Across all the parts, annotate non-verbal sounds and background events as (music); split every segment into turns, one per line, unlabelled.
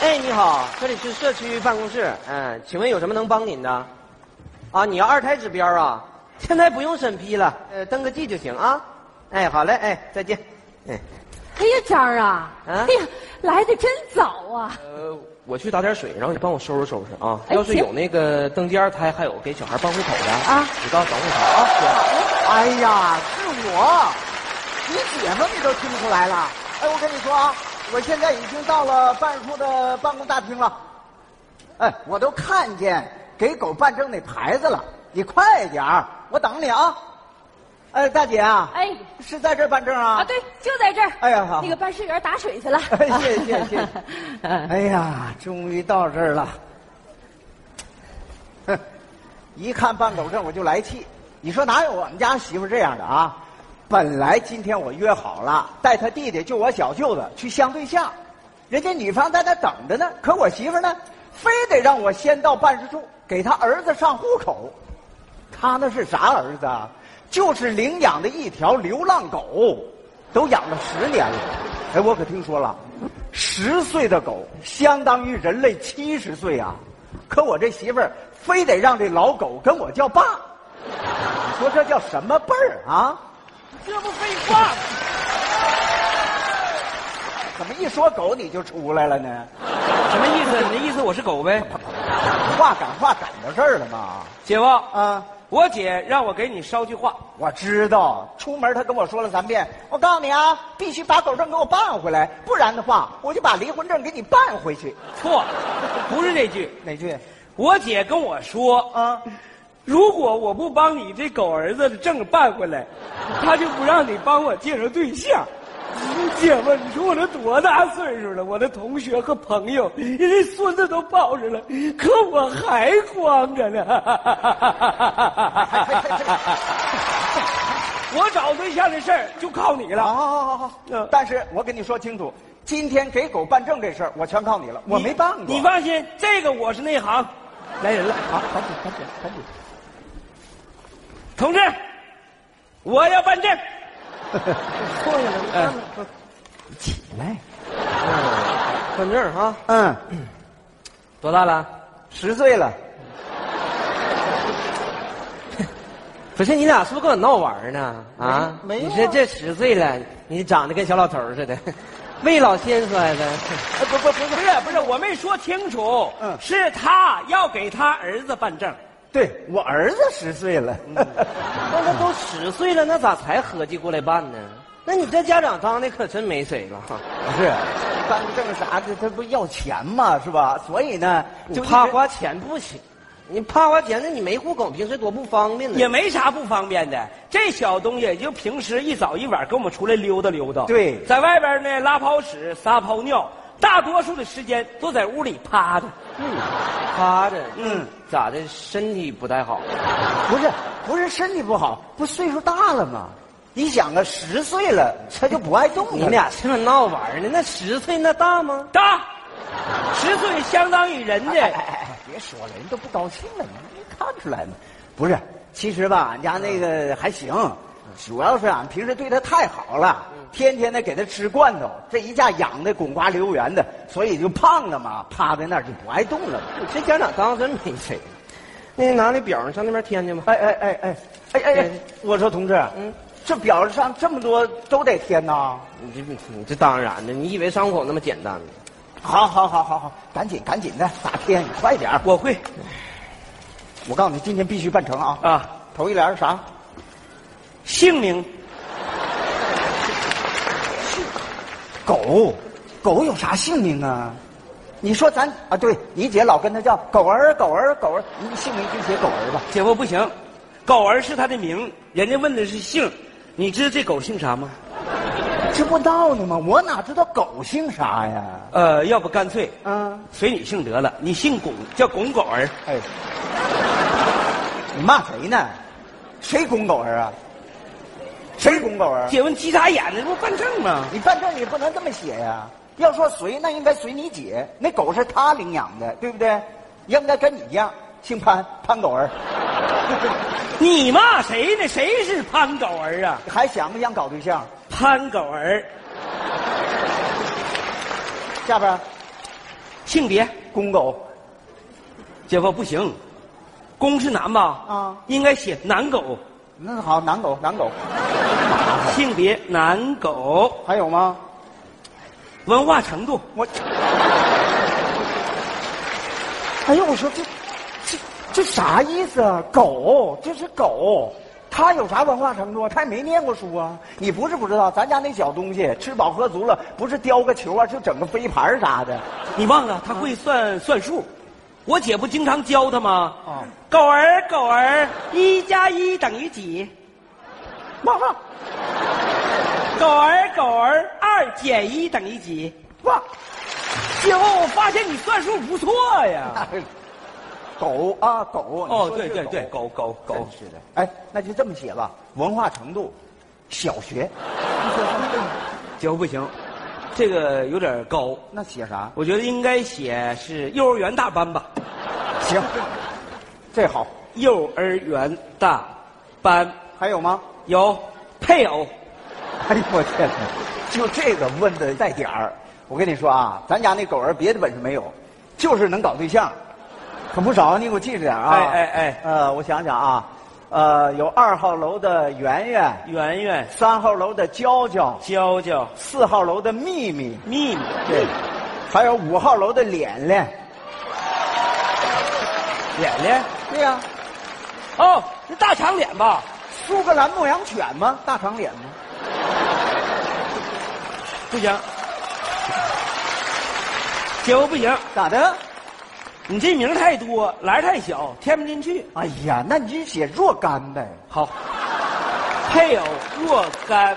哎，你好，这里是社区办公室。嗯，请问有什么能帮您的？啊，你要二胎指标啊？现在不用审批了，呃，登个记就行啊。哎，好嘞，哎，再见。哎，
哎呀，张儿啊，
啊
哎呀，来的真早啊！
呃，我去打点水，然后你帮我收拾收拾啊。
哎
要是
行
有那个登记二胎，还有给小孩办户口的
啊
你告诉我找户口啊。行
(laughs) 哎呀，是我，你姐夫你都听出来了。哎，我跟你说啊，我现在已经到了办事处的办公大厅了。哎，我都看见给狗办证那牌子了，你快点儿，我等你啊。哎，大姐啊，
哎，
是在这儿办证啊？
啊，对，就在这儿。
哎呀好
那个办事员打水去了。
哎谢谢谢
(laughs)
谢
嗯
哎呀，终于到这儿了。哼，一看办狗证我就来气。你说哪有我们家媳妇这样的啊？本来今天我约好了带她弟弟，就我小舅子去相对象，人家女方在那等着呢。可我媳妇呢，非得让我先到办事处给她儿子上户口。他那是啥儿子？啊？就是领养的一条流浪狗，都养了十年了。哎，我可听说了，十岁的狗相当于人类七十岁啊！可我这媳妇儿非得让这老狗跟我叫爸，你说这叫什么辈儿啊？
这不废话吗？
怎么一说狗你就出来了呢？
什么意思？你的意思我是狗呗？
话赶话赶到这儿了吗？
姐夫，
啊，
我姐让我给你捎句话。
我知道，出门他跟我说了三遍，我告诉你啊，必须把狗证给我办回来，不然的话，我就把离婚证给你办回去。
错，不是这句。
哪句？
我姐跟我说，
啊，
如果我不帮你这狗儿子的证办回来，他就不让你帮我介绍对象。姐夫，你说我都多大岁数了？我的同学和朋友，人家孙子都抱着了，可我还光着呢。我找对象的事儿就靠你
好好
了。
好好好。但是我跟你说清楚，今天给狗办证这事儿，我全靠你了，我没办过。
你放心，这个我是内行。来人了，好，赶紧，赶紧，赶紧。同志，我要办证。
过去了，看看。起来。办证啊哈，
嗯，
多大了？ (laughs)
十岁了，
不是你俩是不是跟我闹玩儿呢？啊，
没没有啊
你说这十岁了，你长得跟小老头儿似的， (laughs) 未老先衰的。
哎不不不
不
是，
是不是，我没说清楚，
嗯
是他要给他儿子办证。
对我儿子十岁了。
那他都十岁了，那咋才合计过来办呢？那你这家长当的可真没谁了。 (laughs)
不是，办个证啥的，他不要钱嘛，是吧？所以呢，
你
就
怕
一直
花钱不行，你怕花钱，那你没户口，平时多不方便呢。
也没啥不方便的，这小东西也就平时一早一晚跟我们出来溜达溜达。
对
在外边呢拉泡屎、撒泡尿，大多数的时间都在屋里趴着。
嗯，趴着，
嗯，
咋的？身体不太好。
不是不是身体不好，不岁数大了吗？你想啊，十岁了他就不爱动了。
你们俩这么闹玩儿呢？那十岁那大吗？
大，十岁相当于人
哎哎
家
哎哎，别说了，人都不高兴了，你没看出来吗？不是，其实吧，俺家那个还行，主要是俺平时对他太好了，天天的给他吃罐头，这一下养的滚瓜溜圆的，所以就胖了嘛，趴在那儿就不爱动了嘛。
你这家长当真没谁。那拿那表上那边填去吧。
哎哎哎哎哎哎哎！我说同志，
嗯
这表上这么多都得填呐。
你这你这当然的，你以为上户口那么简单呢？
好好好好好，赶紧赶紧的，咋填？你快点儿
我会
我告诉你，今天必须办成啊！
啊，
头一联是啥？
姓名
狗，狗有啥姓名啊？你说咱啊，对你姐老跟他叫狗儿，狗儿，狗儿，你姓名就写狗儿吧。
姐夫不行，狗儿是他的名，人家问的是姓，你知道这狗姓啥吗？
这不闹呢吗？我哪知道狗姓啥呀？
呃，要不干脆
啊，
随你姓得了，你姓巩，叫巩狗儿。
哎，你骂谁呢？谁拱狗儿啊？谁拱狗儿？啊
姐问急啥眼呢？这不办证吗？
你办证你不能这么写呀、要说随，那应该随你姐，那狗是她领养的，对不对？应该跟你一样，姓潘，潘狗儿。
你骂谁呢？谁是潘狗儿啊？
还想不想搞对象？
潘狗儿，
下边儿，
性别，
公狗
姐夫不行，公是男吧？
啊，
应该写男狗，
那好，男狗男狗，
性别男狗，
还有吗？
文化程度
我，哎呦，我说这这这啥意思啊？狗，这是狗，他有啥文化程度啊？他也没念过书啊。你不是不知道，咱家那小东西吃饱喝足了，不是叼个球啊，就整个飞盘儿啥的。
你忘了？他会算算数，我姐不经常教他吗？
哦
狗儿狗儿，一加一等于几？
忘了
狗儿狗儿，二减一等于几？
忘，
姐夫，我发现你算数不错呀。
狗啊狗。你
哦，
说
对
是
对对，狗狗狗
真，是的。哎，那就这么写吧，文化程度，小 (laughs) 学。
姐夫不行，这个有点高，
那写啥？
我觉得应该写是幼儿园大班吧，
行，这好。
幼儿园大班
还有吗？
有配偶。
哎呦我天哪！就这个问的带点儿，我跟你说啊，咱家那狗儿别的本事没有，就是能搞对象，可不少。你给我记着点儿啊！
哎哎哎
呃，我想想啊，呃，有二号楼的圆圆，
圆圆、
三号楼的娇娇，
娇娇、
四号楼的秘密，
秘密，
对，还有五号楼的脸脸。
脸脸，
对呀、
哦，是大长脸吧？
苏格兰牧羊犬吗？大长脸吗？
不行，姐夫不行，
咋的？
你这名儿太多，栏儿太小，填不进去。
哎呀，那你就写若干呗，
好，配偶若干，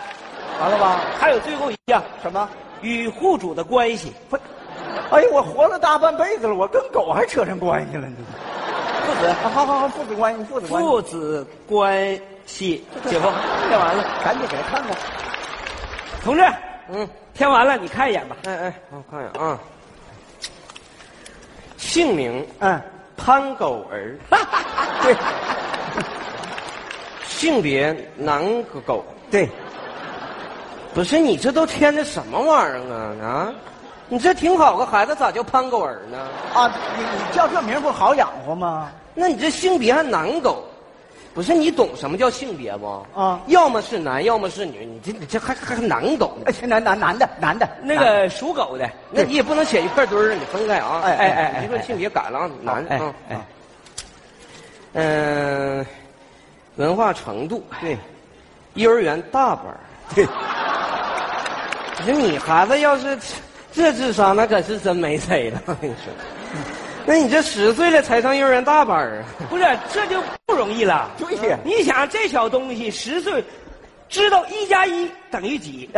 完了吧？
还有最后一项，
什么？
与户主的关系。
不，哎呀，我活了大半辈子了，我跟狗还扯上关系了呢。
父子，
啊，好好好，父子关系，父子关系，
父子关系，姐夫填完了，
赶紧给他看看。
同志，
嗯，
填完了，你看一眼吧。
哎哎，我看看啊，姓名
嗯，
潘狗儿，
对
性别男狗。
对，
不是你这都添的什么玩意儿啊啊！你这挺好个孩子，咋叫潘狗儿呢？
啊，你你叫这名不好养活吗？
那你这性别还男狗？不是你懂什么叫性别不？
啊
要么是男，要么是女，你这你这还还还男狗呢
哎，男男男的男的，
那个属狗的，
那你也不能写一块堆儿啊，你分开啊！
哎哎哎哎
你这性别改了啊，男
哎
啊，
嗯
哎，
嗯、文化程度，
对
幼儿园大班儿。
对，
不是你孩子要是这智商，那可是真没谁了。我跟你说，
嗯
那你这十岁了才上幼儿园大班儿啊？
不是，这就不容易了。
对呀
你想这小东西十岁，知道一加一等于几？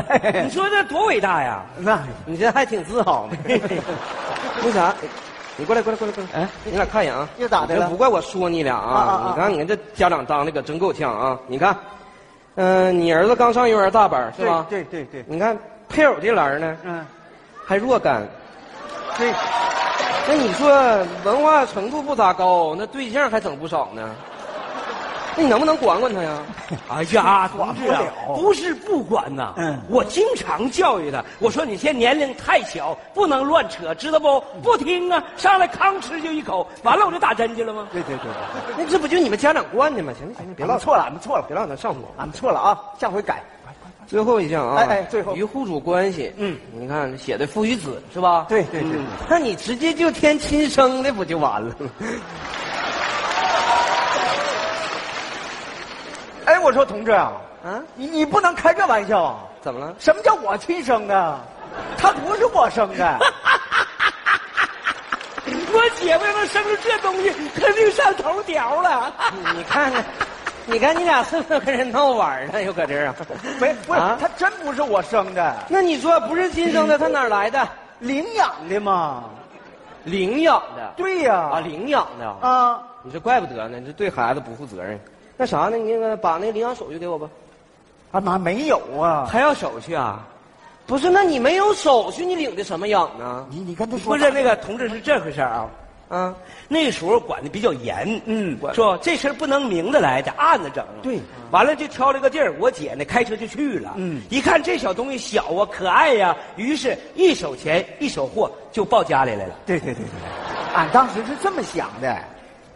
你说这多伟大呀！
那
你这还挺自豪呢。
嗯
那啥，你过来，过来，过来，过来。哎，你俩看一眼啊。
又咋的了
你这不怪我说你俩啊！
啊啊啊
你看，你看这家长当的可真够呛啊！你看，嗯、你儿子刚上幼儿园大班儿是吧？
对对对，
你看配偶这栏儿呢，
嗯，
还若干。
对，
那你说文化程度不咋高，那对象还整不少呢。那你能不能管管他呀？
哎呀，
管
同
不
志啊
了
不是不管呐。
嗯
我经常教育他，我说你现在年龄太小，不能乱扯，知道不？不听啊，上来吭哧就一口，完了我就打针去了吗？
对对对，
那这不就你们家长惯的吗？行了行了，别
别
唠
唠
了，
错了，俺们错了，
别唠了，上不？
俺们错了啊，下回改。
最后一项啊，
哎哎最后
与户主关系，
嗯，
你看写的父与子是吧？
对对对
嗯那你直接就添亲生的不就完了吗？
哎，我说同志啊，
啊，
你你不能开这玩笑啊！
怎么了？
什么叫我亲生的？他不是我生
(laughs)
的。
我姐夫要能生出这东西，肯定上头条了。
啊
你看看，你看你俩是不是跟人闹玩呢？又搁这儿啊？
没，不是，
啊
他嗯真不是我生的，
那你说不是亲生的，他哪儿来的？
领养的嘛。
领养的
对呀、
啊，领养的啊
啊
你这怪不得呢，你这对孩子不负责任。那啥呢？你那个把那个领养手续给我吧。
啊妈没有啊！
还要手续啊？不是，那你没有手续，你领的什么养呢？
你你跟他说
不是那个同志是这回事儿啊，
嗯，
那时候管的比较严，
嗯
管说这事儿不能明着来，得暗着整。
对，
完了就挑了个地儿，我姐呢开车就去了。
嗯
一看这小东西小啊，可爱呀、于是一手钱一手货就抱家里来了。
对对对对，俺当时是这么想的，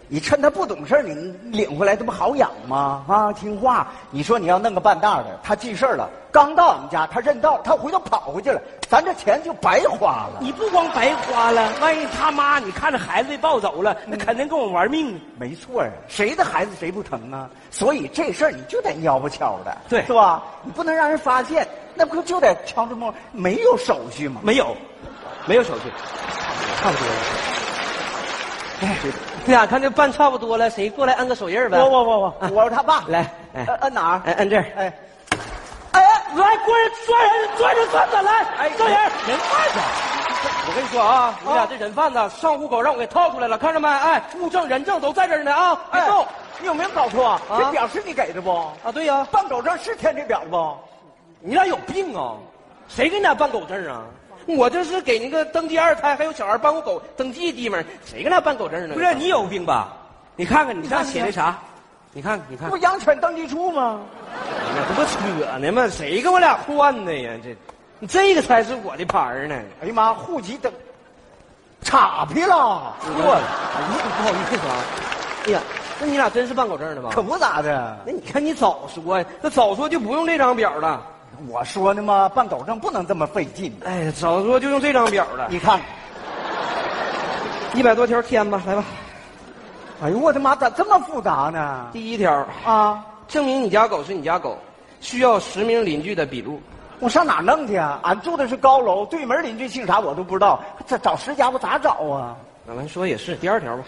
你趁他不懂事儿你领回来，这不好养吗？啊，听话。你说你要弄个半大的，他记事儿了，刚到俺们家他认道，他回头跑回去了，咱这钱就白花了。
啊你不光白花了，万一他妈你看着孩子被抱走了，那肯定跟我玩命啊！
没错啊，谁的孩子谁不疼啊？所以这事儿你就得蔫不悄的，
对
是吧？你不能让人发现，那不就得悄着摸，没有手续吗？
没有，没有手续，差不多了。
你俩看这办差不多了，谁过来摁个手印儿呗？
我我我哎我，我是他爸。
来，哎
呃，摁哪儿？
哎，摁这儿。
哎，哎哎。
来，过来抓人，抓人贩子来！哎，抓人，人贩子。
我跟你说啊，你俩这人贩子上户口让我给套出来了，看着没？哎，物证、人证都在这儿呢啊！别
哎
动、，
你有没有搞错啊？
啊
这表是你给的不？
啊！对呀、
办狗证是填这表不？
你俩有病啊！谁给你俩办狗证啊？我这是给那个登记二胎还有小孩办过狗登记地方，谁给他办狗证呢？
不是你有病吧？你看看你上写的啥？你看看，你看
不，养犬登记处吗？
这不扯呢吗？谁跟我俩换的呀？这，你这个才是我的牌儿呢。
哎呀妈，户籍登，岔劈了，
错了，哎呀，不好意思啊。哎呀，那你俩真是办狗证的吗？
可不咋的。
那你看你早说呀，那早说就不用这张表了。
我说呢嘛，办狗证不能这么费劲。
哎呀，早说就用这张表了。
你看，
一百多条填吧，来吧。
哎呦我的妈，咋这么复杂呢？
第一条，
啊，
证明你家狗是你家狗，需要实名邻居的笔录。
我上哪弄去啊？俺住的是高楼，对门邻居姓啥我都不知道，这找石家伙咋找啊？
俺们说也是，第二条吧。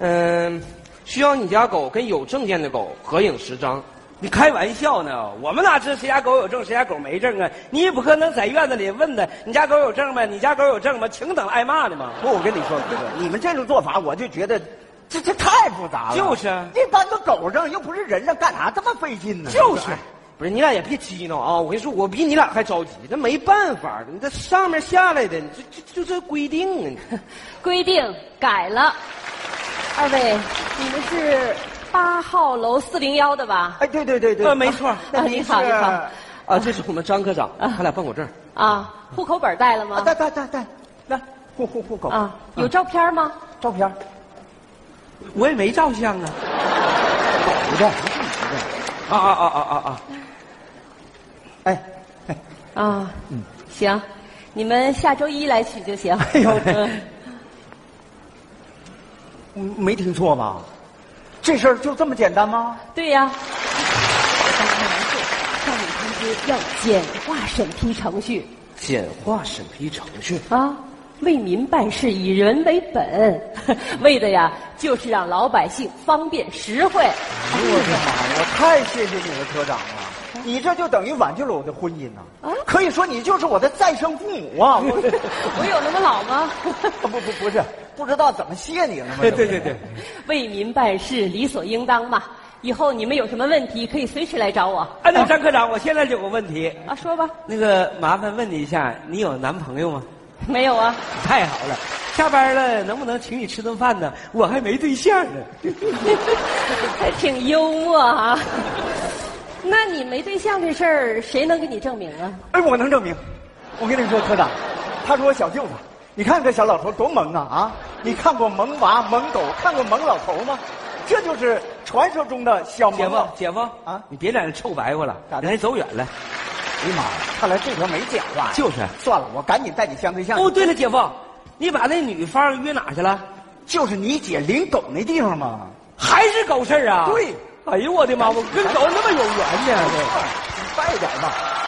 嗯，需要你家狗跟有证件的狗合影十张。
你开玩笑呢？我们哪知谁家狗有证，谁家狗没证啊？你也不可能在院子里问他，你家狗有证吗？你家狗有证吗？请等挨骂的吗？
不，我跟你说，哥，你们这种做法，我就觉得这这太复杂了。
就是啊
这搬个狗证又不是人证，干啥这么费劲呢？
就是，不是你俩也别激闹啊！我跟你说，我比你俩还着急，这没办法，你这上面下来的，你这这就这规定啊！
规定改了。二位，你们是八号楼四零幺的吧？
哎，对对对对，
呃，没错，
那
啊，
您
你好，
是
你好。
啊，这是我们张科长，他俩办狗证。
啊，户口本带了
啊，
吗？
带带带带，来户户户口
啊，有照片吗？
照片，
我也没照相啊。
不对，不是你的。
啊啊啊啊啊啊！
哎，哎
啊，行，你们下周一来取就行。
嗯哎呦
嗯
没听错吧？这事儿就这么简单吗？
(laughs) 对呀、 (laughs) 向你通知要简化审批程序
简化审批程序，
啊，为民办事以人为本， (laughs) 为的呀就是让老百姓方便实惠。
哎呦我的妈呀！我太谢谢你了，科长
嗯
了，你这就等于挽救了我的婚姻呐、
啊
可以说你就是我的再生父母啊！
(laughs)
我
我有那么老吗？ (laughs)
不不不是，不知道怎么谢你了吗？
哎对对对对，
为民办事理所应当嘛。以后你们有什么问题可以随时来找我
哎，那张科长，我现在就有个问题，
啊，说吧。
那个麻烦问你一下，你有男朋友吗？
没有啊， (laughs)
太好了，下班了能不能请你吃顿饭呢？我还没对象呢。
还挺幽默啊。 (laughs) 那你没对象这事儿，谁能给你证明啊？
哎，我能证明。我跟你说，科长，他是我小舅子。你看这小老头多萌啊啊！你看过萌娃、萌狗，看过萌老头吗？这就是传说中的小
姐
萌
夫
娃。，
姐夫
啊
你别在那臭白话了，
咋的
人家走远了。
哎呀妈呀，看来这条没讲话呀。
就是
算了，我赶紧带你相对象。
哦，对了，姐夫，你把那女方约哪去了？
就是你姐领狗那地方嘛。
还是狗事儿啊？
对，
哎呦我的妈，我跟狗那么有缘呢。
快点吧。